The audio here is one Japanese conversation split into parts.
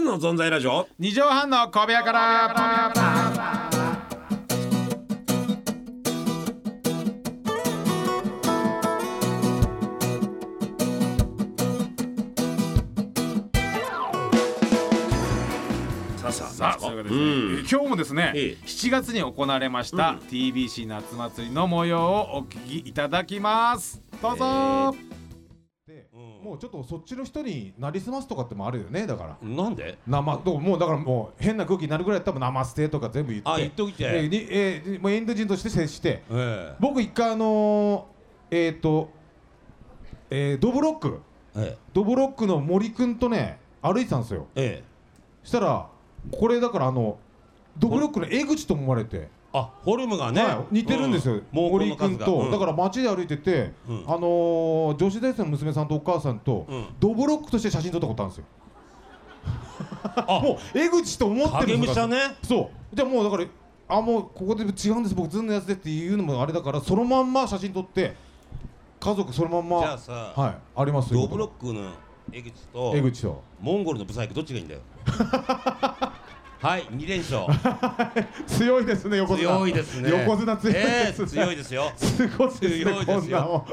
の存在ラジオ二畳半の小部屋から。さあさあさあ、そういうことですねうんえー今日もですね、ええ7月に行われました、TBC 夏祭りの模様をお聞きいただきます。どうぞ。で、うんもうちょっとそっちの人になりすますとかってもあるよねだからなんで生どうもうだからもう変な空気になるぐらいだったらもう生捨てとか全部言ってあ言っといてえーにえーにもうインド人として接してえ僕一回あのー、えっ、ー、と、えー、ドブロックえドブロックの森くんとね歩いてたんですよええしたらこれだからあのドブロックの江口とも思われて、あフォルムがねはい似てるんですよ、もうこ森のく数んがと、うんだから街で歩いてて、うんあのー、女子大生の娘さんとお母さんと、うんドブロックとして写真撮ったことあるんですよもう江口と思ってる影ん武です者よねそうじゃあもうだからあもうここで違うんです僕ずんのやつでっていうのもあれだからそのまんま写真撮って家族そのまんまじゃあさ、はいありますよドブロックの江口と江口とモンゴルのブサイクどっちがいいんだよ はい2連勝強いですね横綱強いですね横綱強いですねええ、強いですよすごいですね強いこでんすなよもん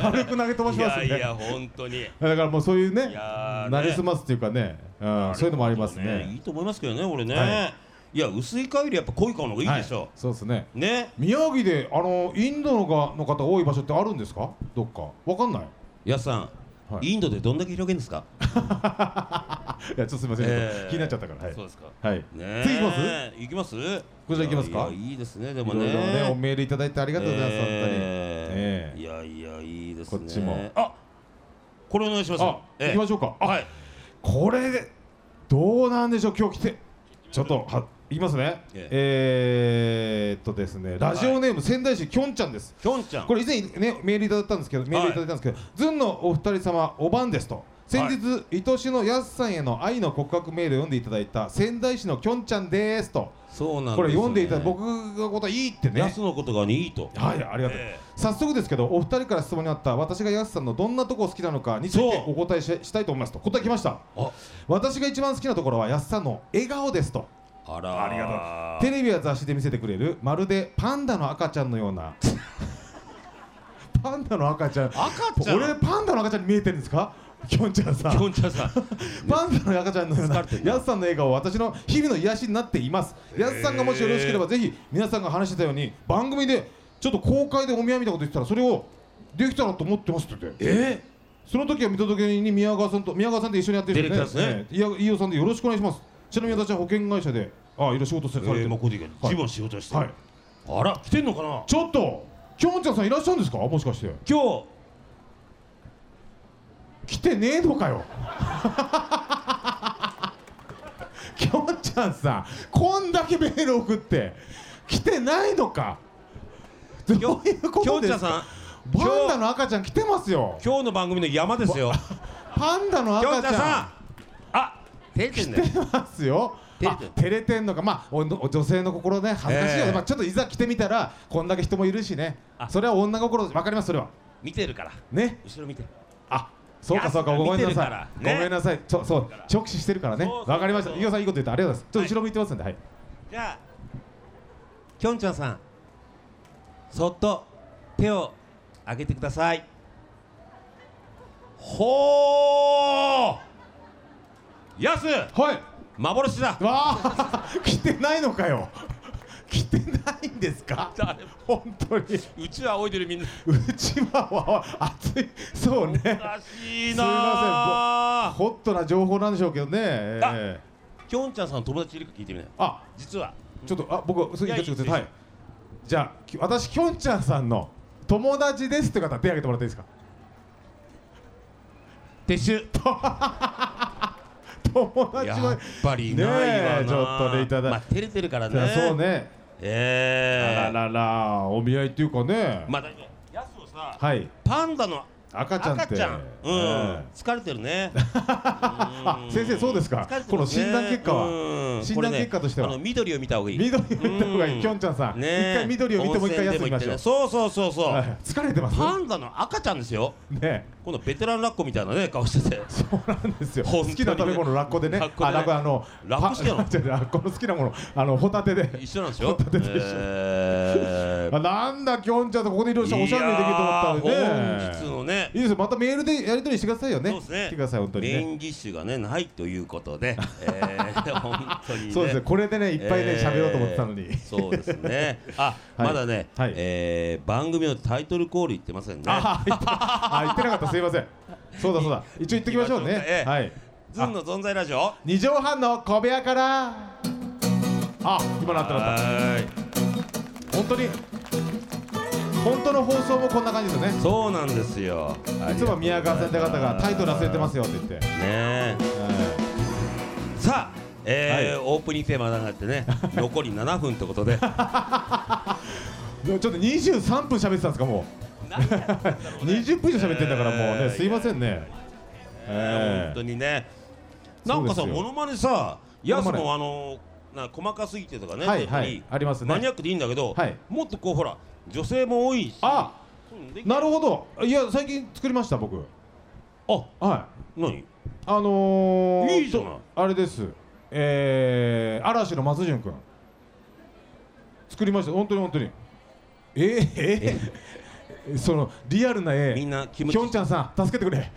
軽く投げ飛ばいしまやすねいや本当にだからもうそういうねいやーねなりすますっていうかね、うん、そういうのもありますねいいと思いますけどね俺ね、、はいや薄い限りやっぱ濃い顔の方がいいでしょ、はいそうですねね宮城であのインドのがの方多い場所ってあるんですかどっかわかんないやさん、はいインドでどんだけ広げんですか、いやちょっとすみません、ええ気になっちゃったからはいそうですかはいね次行きます行きますこちら行きますかいやいやいいですねでいろもいろねねおメールいただいてありがとうございます、え本当にえーえいやいやいいですねこっちもあこれお願いしますあ、行きましょうかあ、はいこれでどうなんでしょう今日来てちょっとはいきますねえええー、っとですねラジオネーム、仙台市きょんちゃんですきょんちゃんこれ以前ねメールいただいたんですけどメールいただいたんですけど、ずんのお二人様おばんですと先日、愛しのやすさんへの愛の告白メールを読んでいただいた仙台市のきょんちゃんですとそうなんですこれ読んでいただいた僕僕のことはいいってね安のことがねいいとはいありがとう、え早速ですけどお二人から質問にあった私がやすさんのどんなとこ好きなのかについそてうお答えししたいと思いますと答えきましたあ私が一番好きなところはやすさんの笑顔ですとあらありがテレビや雑誌で見せてくれるまるでパンダの赤ちゃんのようなパンダの赤ちゃん赤ちゃん俺パンダの赤ちゃんに見えてるんですかきょんちゃんさきんょんちゃんさん パンダの赤ちゃんのような疲れてんなやすさんの笑顔は私の日々の癒しになっていますやすさんがもしよろしければぜひ皆さんが話してたように番組でちょっと公開でお見合いみたいなこと言ってたらそれをできたらと思ってますって言ってえその時は見届けに宮川さんと宮川さんで一緒にやってるディレクターいや飯尾さんでよろしくお願いしますちなみに私は保険会社であいろいろ仕事さえれてるー、まあこれでいいけどはい自分は仕事してはいあら来てんのかなちょっときょんちゃんさんいらっしゃるんですかもしかして今日来てねえのかよきょんちゃんさんこんだけメール送って来てないのかどういうこきょとんでちゃすんさんかパンダの赤ちゃん来てますよ今日の番組の山ですよパンダのきょん赤ちちゃんさゃんあ照れてんだよん来てますよ照れあてる照れてんのかまあおお女性の心ね恥ずかしいよ、ええまあ、ちょっといざ来てみたらこんだけ人もいるしねあそれは女心わかりますそれは見てるからね後ろ見てあそうかそうかいやごめんな見てるかさらい、ねごめんなさいちょそう直視してるからねそうそうそうわかりました伊代さんいいこと言ってありがとうございますちょっと後ろ向いてますんではい、じゃあきょんちゃんさんそっと手を上げてくださいほーやすはい、幻だわあ 来てないのかよ 来てないんですか誰も本当にうちは仰いでるみ んなうちは暑いそうねおかしいすいまなホットな情報なんでしょうけどね、ええきょんちゃんさんの友達いるか聞いてみなよあ実はちょっとあ僕はそういや言い方違っていいですはいじゃあき私きょんちゃんさんの友達ですって方手挙げてもらっていいですか撤収 友達やはっぱりいないわなねえちょっとねいただまあ照れてるからいやねそうねええあらららお見合いっていうかね、まあだけどやすをさはいパンダの赤ちゃんって赤ちゃん、うんええ疲れてるねあ 先生そうです疲かれてますねこの診断結果はうん診断これね結果としてはあの緑を見た方がいい緑を見た方がいい、うんきょんちゃんさん、ねえ一回緑を見てもう一回休みましょ温泉でも行ってねう。そうそうそうそう、はい疲れてます。パンダの赤ちゃんですよね、このベテランラッコみたいなね顔して てそうなんですよ。本当好にねきな食べ物ラッコでね、ラッコでねあラッコあのラッコ好きなのパ ン違う違うラッコの好きなものあのホタテで。一緒なんですよホタテと一緒えーあなんだきょんちゃんとここでいろいろおしゃれにできると思ったのにいやー本日ね。のねいいですよまたメールでやり取りしてくださいよね。そうですね来てください本当にメイね。ンディッシュがねないということで、え ー、本当にねそうですね。これでねいいっぱいね喋ろうと思ってたのに。そうです ねあ、はいまだね、はいえー番組のタイトルコール言ってませんねあ言ったあ言ってなかったすいません。そうだそうだ一応言ってきましょう 言いましょうねえ。えはい。ズンの存在ラジオ二畳半の小部屋からあ今なったなったは本当に本当の放送もこんな感じですよーいねそうなんですよいつも宮川さんって方がタイトル忘れてますよよって言って、ねえはさあえーはオープニングテーマがあって ね残り7分ってことでいでもちょっと23分喋ってたんですかもう20分以上喋ってんだからもうね、えーすいませんね本 え当にねなそんうかですさよモノマネさやモすノマネもあのな細かすぎてとかねはいは特にいありますねマニアックでいいんだけどはいもっとこうほら女性も多いしあうんできなるほどいや最近作りました僕はいあ何あのー、いいじゃないあれですえー、嵐の松潤くん作りました本当に本当にえー、えー、そのリアルな絵みんな気持きちょんちゃんさん助けてくれ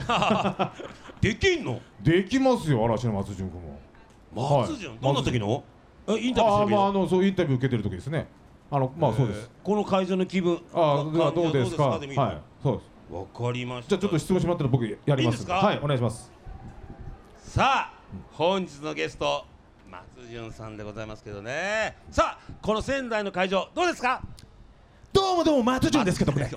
できんのできますよ嵐の松潤くんもはい松潤どんな時のえインタビューすああるまああののそうインタビュー受けてる時ですねあのまあそうです、この会場の気分ああかどうですかで見るはいそうですわかりましたじゃあちょっと質問してもらったら僕やりますいいんですかはいお願いしますさあ本日のゲスト松潤さんでございますけどねさあこの仙台の会場どうですかどうもどうも松潤ですけどもね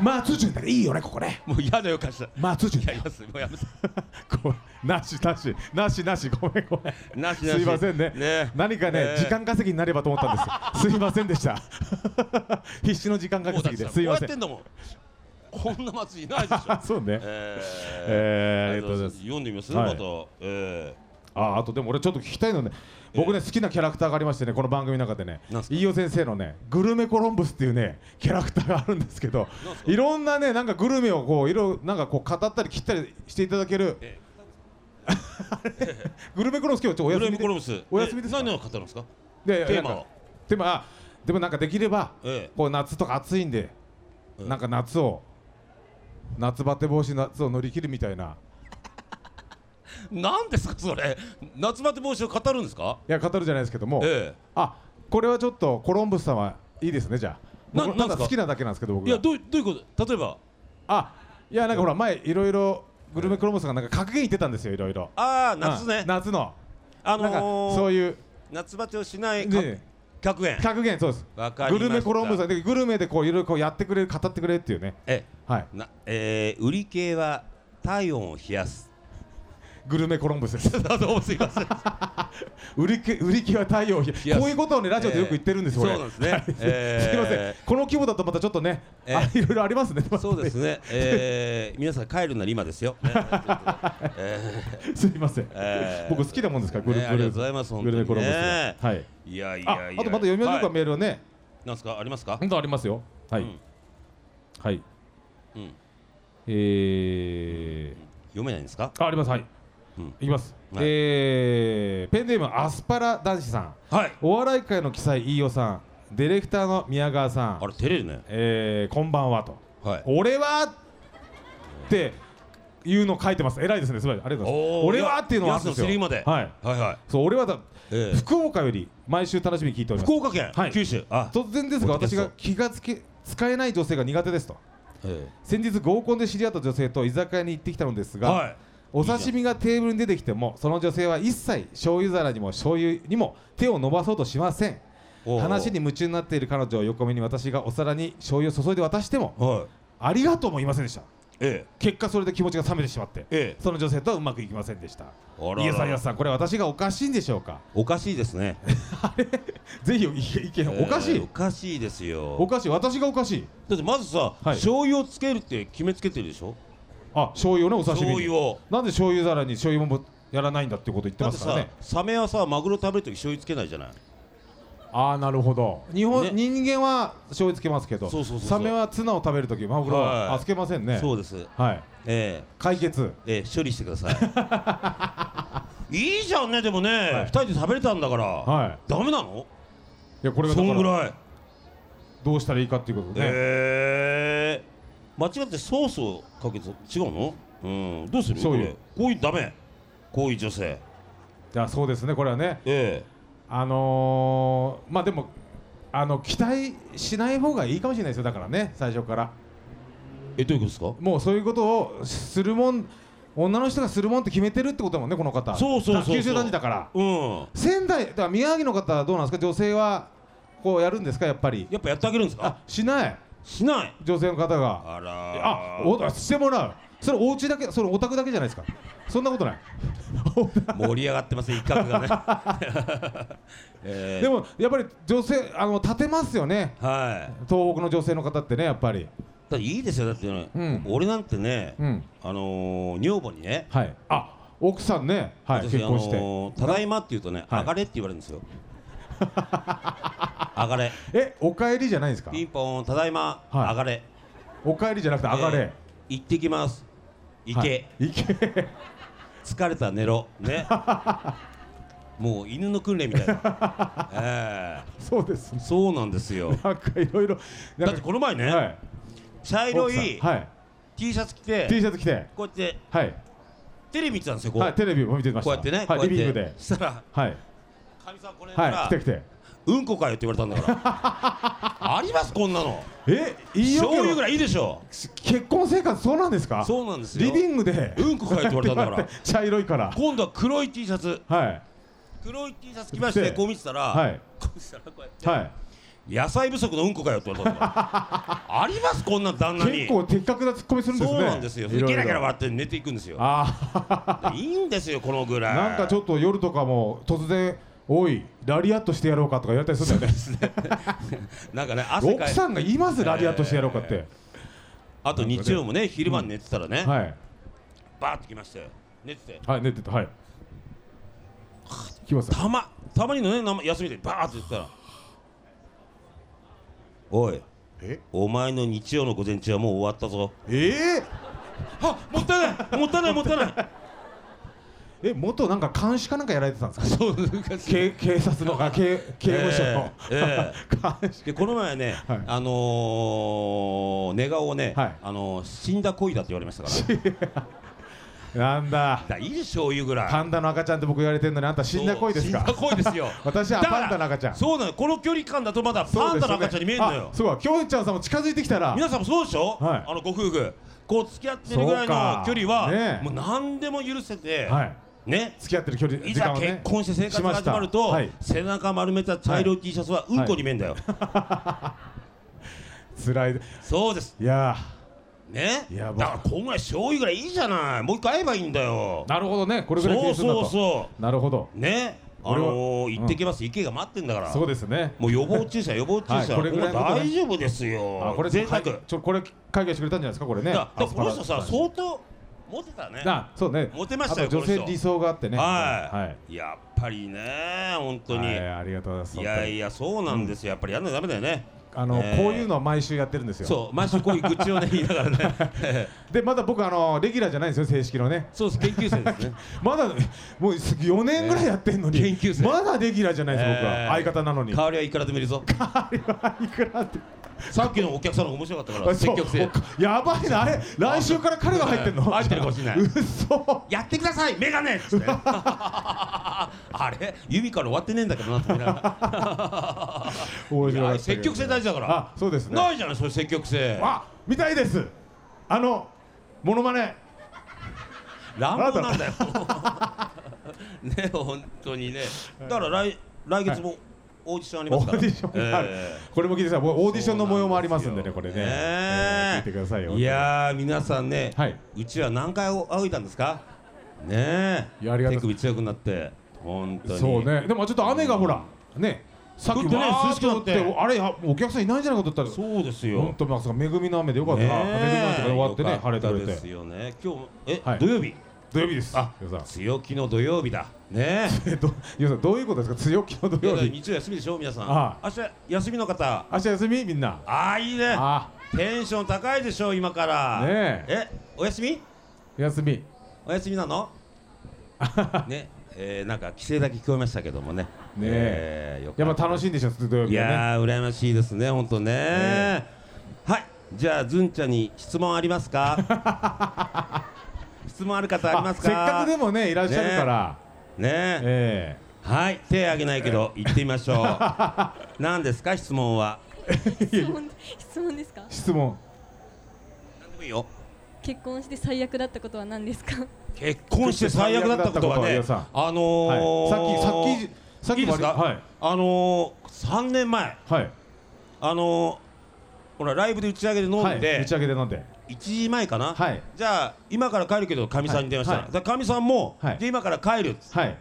松潤だからいいよねここね もう嫌な予感した松潤いやいやすもうやめて こうなしなしなしなしごめんごめんなしなしすいませんねね何かね、ね時間稼ぎになればと思ったんですすいません でした必死の時間もう稼だっぎてでさ すいまこせうやってんんだもんこんな松潤いないでし ょそうね、えーえーありがとうございます読んでみますまはいたえああとでも俺ちょっと聞きたいのね僕ね、好きなキャラクターがありましてねこの番組の中でねなんすか飯尾先生のねグルメコロンブスっていうねキャラクターがあるんですけどなんすかいろんなねなんかグルメをこういろなんかこう語ったり切ったりしていただけるえ グルメコロンブス今日ちょっとおー、休グレみムでコロムスお休みですかえ何の方なんですかでテーマはなんかテーマあでもなんかできれば、えこう夏とか暑いんで、うんなんか夏を夏バテ防止夏を乗り切るみたいなえなんですかそれ夏バテ防止を語るんですかいや語るじゃないですけども、えあこれはちょっとコロンブスさんはいいですねじゃあな僕なんですただか好きなだけなんですけど僕えいがやどうどういうこと例えばあいやなんかほら前いろいろグルメコロンブスさんがなんか格言言ってたんですよいろいろああ夏ね、うん夏の、あなんかのー、そういう、夏バテをしないかね、客円格言そうですわかりまグしたルメコロンブスさんでグルメでこういろいろこうやってくれる語ってくれるっていうねえはいなえー、売り系は体温を冷やすグルメコロンブス ですどうもすいません売り気売り気は太陽日やこういうことをねラジオでよく言ってるんです、えー俺そうなん ですねはいえーすい ませんこの規模だとまたちょっとね、えーあいろいろありますねそうですね、えー、皆さん帰るなら今ですよ、ね すいません、えー僕好きなもんですからグルねありがとうございますグルメコロンブス本がはいいやいああやいやとまた読みましょうか、はいメールをねなんすかありますか本当ありますよはい、うんはい、うんえ読めないんですかー、あありますはい、うんいきます、はいえー、ペンネームアスパラ男子さんはいお笑い界の記載飯尾さんディレクターの宮川さんあれ照れるねえー、こんばんはとはい俺はっていうの書いてます。偉いですね。すごい。ありがとうございますお。ー俺はっていうのはあるんですよ。ややつのセリフまではい。はいはいそう、俺はだ、ええ福岡より毎週楽しみに聞いておりま福す。岡県、はい九州あ、突然ですが、ポッドキ私ャストが気がつけ使えない女性が苦手ですと。え先日合コンで知り合った女性と居酒屋に行ってきたのですえが、はいお刺身がテーブルに出てきてもその女性は一切醤油皿にも醤油にも手を伸ばそうとしませんおう話に夢中になっている彼女を横目に私がお皿に醤油を注いで渡してもはありがとうも言いませんでしたいえ結果それで気持ちが冷めてしまって、ええその女性とはうまくいきませんでしたあららイエさんイエスさんこれ私がおかしいんでしょうかおかしいですね。ぜひ意見をおかしい、えーおかしいですよお。かしい私がおかしいだってまずさ、い醤油をつけるって決めつけてるでしょ。あ醤油をねお刺身醤に油を。なんで醤油皿に醤油もやらないんだってこと言ってだまってすからさね、サメはさ、マグロ食べるとき醤油つけないじゃない。ああなるほど日本、ね人間は醤油つけますけどそうそうそうそうサメはツナを食べるときマグロは、はいあつけませんねそうです。はいえ解決えええ処理してくださ い。いいじゃんね、でもね、二、人いで食べれたんだから。はいダメなの？いやこれがそだかんぐららい。どうしたらいいかっていうことでね、ええ間違ってソースをかけて違うの？うん。どうする？醤油これこういうダメ。こういう女性。じゃあそうですねこれはねえあのー、まあでもあの期待しない方がいいかもしれないですよだからね最初からええどういうことですか？もうそういうことをするもん女の人がするもんって決めてるってことだもんねこの方そうそうそうそうだ九州男児だからうん。仙台だから宮城の方はどうなんですか女性はこうやるんですかやっぱりやっぱやってあげるんですかあ？しないしない。女性の方があらー。あおしてもらうそれお家だけそれお宅だけじゃないですかそんなことない盛り上がってますね、一角が ね。えでもやっぱり女性あの立てますよねーはい。東北の女性の方ってねやっぱりだいいですよ、だってね、うん俺なんてね、うんあのー、女房にね、はいあ奥さんねはい私結婚して、あのーただいまって言うとね、はい上がれって言われるんですよ。 上がれ、えおかえりじゃないんですかピンポン、ただいま、はい上がれ、おかえりじゃなくて上がれ、えー行ってきます、行け、はい行け 疲れたら寝ろ、ね。もう犬の訓練みたいな、 えそうですー、そうなんですよ。なんかいろいろだなんかってこの前ね、はい茶色い奥さんはい T シャツ着て、 T シャツ着てこうやってはいテレビ見てたんですよ、こう,、はいテレビも見てましこうたやってね、はいこうやってリビングでそしたら、はいかみさん、これから、はい来て来てうんこかよって言われたんだ から、あります、こんなの、えいいよ醤油ぐらいいいでしょ、結婚生活そうなんですかそうなんですよ、リビングでうんこかよって言われたんだから、 茶色いから今度は黒い T シャツ、はい黒い T シャツ着まして、でこう見てたら、はいこう見てたら、こうやって、はい野菜不足のうんこかよって言われたんだ から、あります、こんな旦那に。結構的確なツッコミするんですねそうなんですよ、いろいゲろラゲラ笑って寝ていくんですよ、あいいんですよ、このぐらあい。なんかちょっと夜とかも突然おいラリアットしてやろうかとか言われたりするんだよねなんかね、汗か奥いさんが言いますラリアットしてやろうかっえてあと日曜もね、昼間に寝てたらね、はいバーってきましたよ、寝てて、はい寝てたはい来ますよたまたまにのね生休みでバーって言ったら「おいお前の日曜の午前中はもう終わったぞええ」あもったいないもったいないもったいないえ元なんか監視かなんかやられてたんですかそう昔警警察のあ警警務所の、ええ監視 でこの前ね、はいあのー、寝顔をね、はいあのー、死んだ恋だって言われましたから なんだだいいでしょういうぐらいパンダの赤ちゃんって僕言われてんのにあんた死んだ恋ですかそう死んだ恋ですよ私はだからパンダの赤ちゃんそうなのこの距離感だとまだパンダの赤ちゃんに見えるのよそうかきょんちゃんさんも近づいてきたら皆さんもそうでしょ、はいあのご夫婦こう付き合ってるぐらいの距離は、そうかねえもう何でも許せて、はいね付き合ってる距離い時ざ間を結ね婚して生活が始まるしとしたはい背中丸めた茶色い T シャツはうんこに見えんだよ、辛いそうですいやねいだやかばらこんぐらい醤油ぐらいいいじゃないもう一回会えばいいんだよーなるほどねこれぐらい気そうにするんだそとうそなるほどうねあ俺はのー、行ってきます、池が待ってんだからそうですねもう予防注射予防注射、はいこれぐらいのもことねう大丈夫ですよあこれ贅沢、はいちょこれ会議してくれたんじゃないですかこれねだからだからこの人さアスパラ相当モテたねガスあそうねモテましたよあと女この性人理想があってねはい、はいやっぱりね本当に、はいい、ありがとうございますやいややそうなんですよ、やっぱりやんなきゃダメだよねあのえーこういうのは毎週やってるんですよそう毎週こういう愚痴をね言いな がらねでまだ僕あのレギュラーじゃないんですよ正式のねそうです研究生ですねまだもう4年ぐらいやってんのに、えー研究生まだレギュラーじゃないです、僕えーは相方なのに代わりはいくらでもいる ぞいくらってさっきのお客さんの方が面白かったかあらそ積う極性おやばいなあれ来週から彼が入ってんの 入ってるかもしれない嘘やってくださいメガネっつって あれ指から終わってねえんだけどなって思いながら 面い白かやったけど積極性大事だからあそうですねないじゃないそれ積極性あみたいですあのモノマネ乱暴なん だよね本当にねだから来来月もオーディションありまオすかーらディションがある、ええこれも聞いてくださいオーディションの模様もありますんでねそこうなれんねですよえー聞いてくださいよいやー皆さんね、はいうちは何回仰いだんですかねえいやありがたい手首強くなって本当にそうねでもちょっと雨がほらねさっき降ってねわー涼しくなって降あれあお客さんいないんじゃないかと思ったらそうですよ本当まさか恵みの雨でよかったねな、恵みの雨えとか終わってねよか晴れてくでれすてよね今日え、はい土曜日土曜日ですあ皆さん強気の土曜日だねええっと皆さんどういうことですか強気の土いやだ曜から日日曜休みでしょ皆さんあ明日休みの方明日休みみんなああいいねあテンション高いでしょ今からねえお休み休みお休みな のねえー、なんか規制だけ聞こえましたけどもねねえーよかやたっぱ楽しいんでしょ土曜い日はねやー、羨ましいですね、本当ねはい、じゃあ、ずんちゃんに質問あります か。質問ある方ありますか。せっかくでもねいらっしゃるから、ねえはい、手あげないけど、行ってみましょう。何ですか、質問は。質問質問ですかえ質問何でもいいよ。結婚して最悪だったことは何ですか結婚して最悪だったことはね結婚して最悪だったことは皆さん。あのはいー、さっきさっきさっいきいですか割りあのー、三年前、はいはいあのー、ほら、ライブで打ち上げで飲んはいで打ち、上げで飲んで1時前かな、はいじゃあ今から帰るけどかみさんに電話したはいらだかみ、さんも、はいで今から帰るっつはい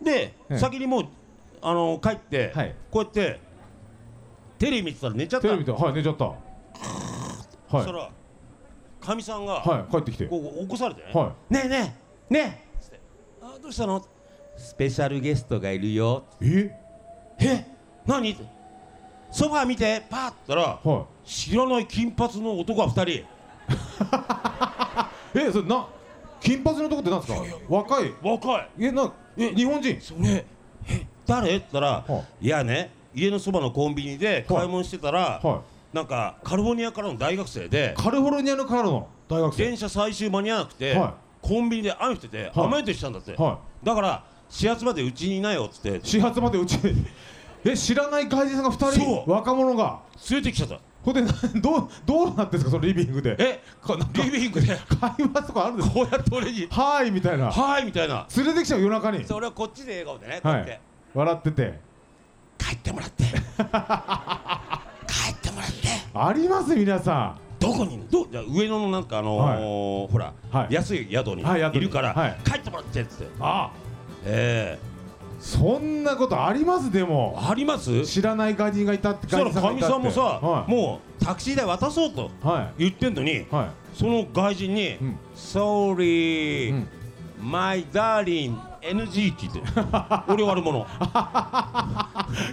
で、うん先にもうあの帰って、はいこうやってテレビ見てたら寝ちゃったテレのビとはい寝ちゃったはそいしたらかみさんが、はい帰ってきてこう起こされてね、はねえねえねえつってあどうしたのスペシャルゲストがいるよいええ何ってソファー見てパーッたらは知らない金髪の男が2人いえそれな金髪のとこってなんですか若い若いえなえ日本人それえ誰って言ったら、はいやね家のそばのコンビニで買い物してたら、いはなんかカリフォルニアからの大学生でいカリフォルニアのからの大学生電車最終間に合わなくて、はコンビニで雨降ってて、はい雨宿りしたんだって、はだから始発までうちにいないよっつって連い始発までうちにえ知らない外人さんが二そ人う若者がれてきちゃったほんで などうどうなってんですかそのリビングでえかなんかリビングで会話とかあるんですかこうやって俺にはーいみた「いなはーい」みたいな連れてきちゃう夜中にそれはこっちで笑顔でねこうやって、は笑ってて帰ってもらって 帰ってもらってあります皆さどこにいるどじゃあ上野のなんかあのーほら、はい安い宿にはい宿にいるから、はい帰ってもらってっつってんあえそんなことありますでえもあります知らない外人がいたってそしたら外人かみがいさたんってもさ、はいもうタクシー代渡そうとは言ってんのにいはその外人にうん「Sorry、うん my darling NG」って 言って「俺悪者い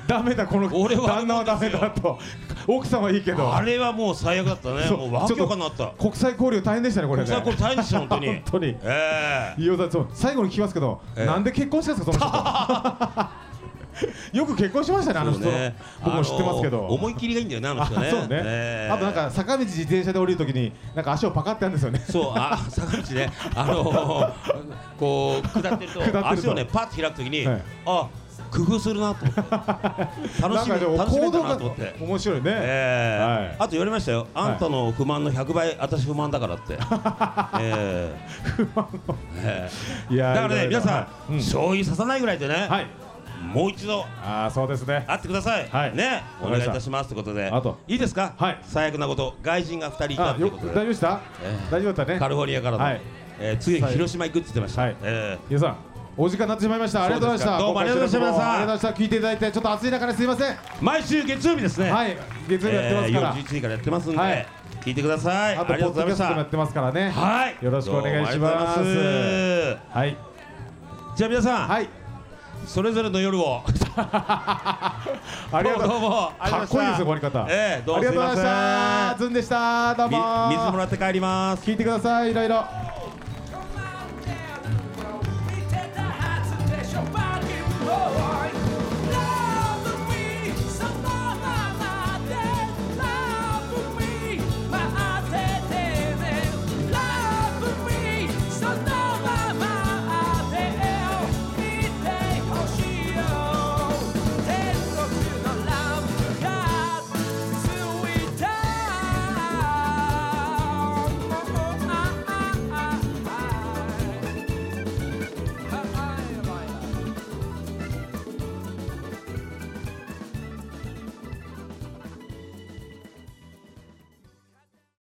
ダメだこの俺は旦那はダメだと奥さんはいいけどあれはもう最悪だったねそうもうわけわかんなかった国際交流大変でしたねこれ国ね際これ大変でした本当に本当にええいやだそう最後に聞きますけど、ええなんで結婚したんですか その人よく結婚しました ねあの人、そうね僕も知ってますけあどの思い切りがいいんだよねあのあ人ねそうね、ええあとなんか坂道自転車で降りるときになんか足をパカってやるんですよねそうあ坂道ねあのー、こう下ってると下ってると足をねパッと開くときに、はいあ工夫するなと思って楽しなんかでもみ楽しめ行た動ながと思って。面白いね、えーはいあと言われましたよ、あんたの不満の100倍、私不満だから って、えーえいーやーだからね、いろいろ皆さうんん、醤油ささないぐらいでね、はい、もう一度ああそうですね会ってください、はいね、おわか願りまいしたいたしますということで、あといいですか、はい最悪なこと、外人が2人いたあといよう大ことで丈夫。でした、えー大丈夫だったねカリフォルニアからの、はいえー次はい広島行くって言ってました、はいえ皆さんお時間になってしまいましたありがとうございましそうでたすかどうもありがとうございました今回収録もありがとうございました聞いていただいてちょっと暑い中ですいませんー毎週月曜日ですね、はい月曜日やってますえからー、夜11時からやってますんで、はい聞いてくださいあありがとポとッうござドいまキャしストもやたってますからねはいよろしくお願いしますどうもありがとうございまはいすじゃあ皆さん、はいそれぞれの夜をありがとうどうもありかがっとうこごいいざいますしたでよ終わり方ええどうあもりすいがとうごませんざいましたずんでしたどうもみ水もらって帰ります聞いてくださいいろいろ